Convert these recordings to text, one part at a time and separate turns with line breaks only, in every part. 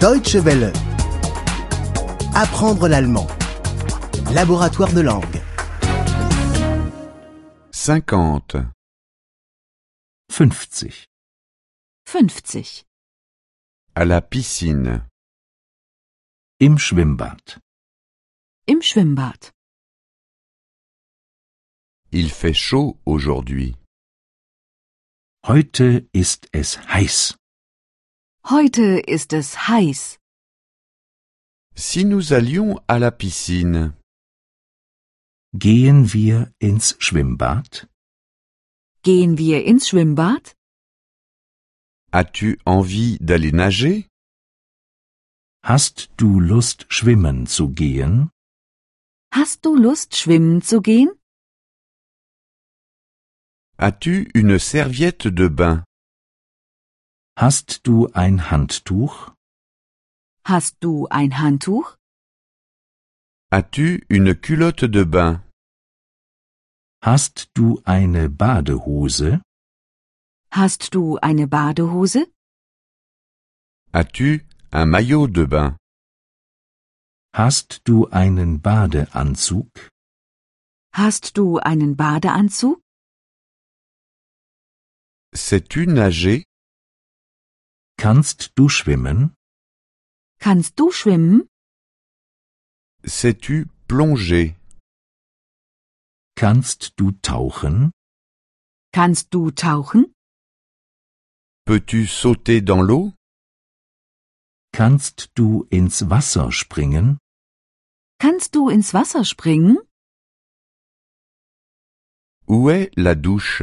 Deutsche Welle. Apprendre l'allemand. Laboratoire de langue.
50.
50.
50.
À la piscine.
Im Schwimmbad.
Im Schwimmbad.
Il fait chaud aujourd'hui.
Heute ist es heiß.
Heute ist es heiß.
Si nous allions à la piscine,
Gehen wir ins Schwimmbad?
Gehen wir ins Schwimmbad?
as-tu envie d'aller nager
Hast du Lust, schwimmen zu gehen?
Hast du Lust, schwimmen zu gehen?
As-tu une serviette de bain
Hast du ein Handtuch?
Hast du ein Handtuch?
As-tu une culotte de bain
Hast du eine Badehose?
Hast du eine Badehose?
As-tu un maillot de bain
Hast du einen Badeanzug?
Hast du einen Badeanzug?
Sais-tu nager
Kannst du schwimmen?
Kannst du schwimmen?
Sais-tu plonger
Kannst du tauchen?
Kannst du tauchen?
Peux-tu sauter dans l'eau
Kannst du ins Wasser springen?
Kannst du ins Wasser springen?
Où est la douche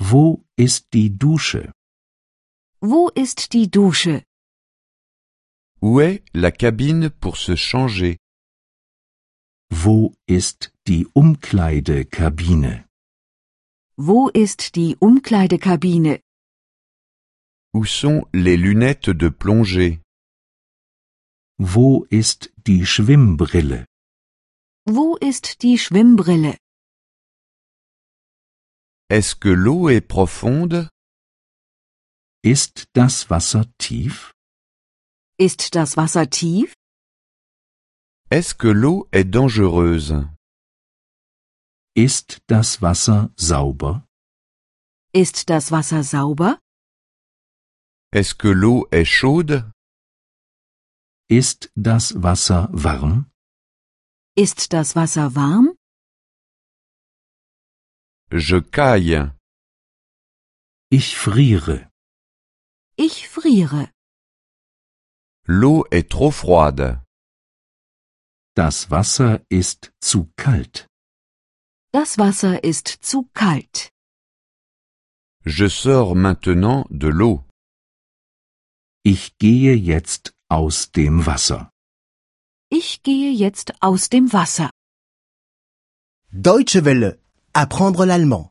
Wo ist die Dusche?
Wo ist die Dusche?
Où est la cabine pour se changer
Wo ist die Umkleidekabine?
Wo ist die Umkleidekabine?
Où sont les lunettes de plongée
Wo ist die Schwimmbrille?
Wo ist die Schwimmbrille?
Est-ce que l'eau est profonde
Ist das Wasser tief?
Ist das Wasser tief?
Est-ce que l'eau est dangereuse
Ist das Wasser sauber?
Ist das Wasser sauber?
Est-ce que l'eau est chaude
Ist das Wasser warm?
Ist das Wasser warm?
Je caille.
Ich friere.
Ich friere.
L'eau est trop froide.
Das Wasser ist zu kalt.
Das Wasser ist zu kalt.
Je sors maintenant de l'eau.
Ich gehe jetzt aus dem Wasser.
Ich gehe jetzt aus dem Wasser.
Deutsche Welle. Apprendre l'allemand.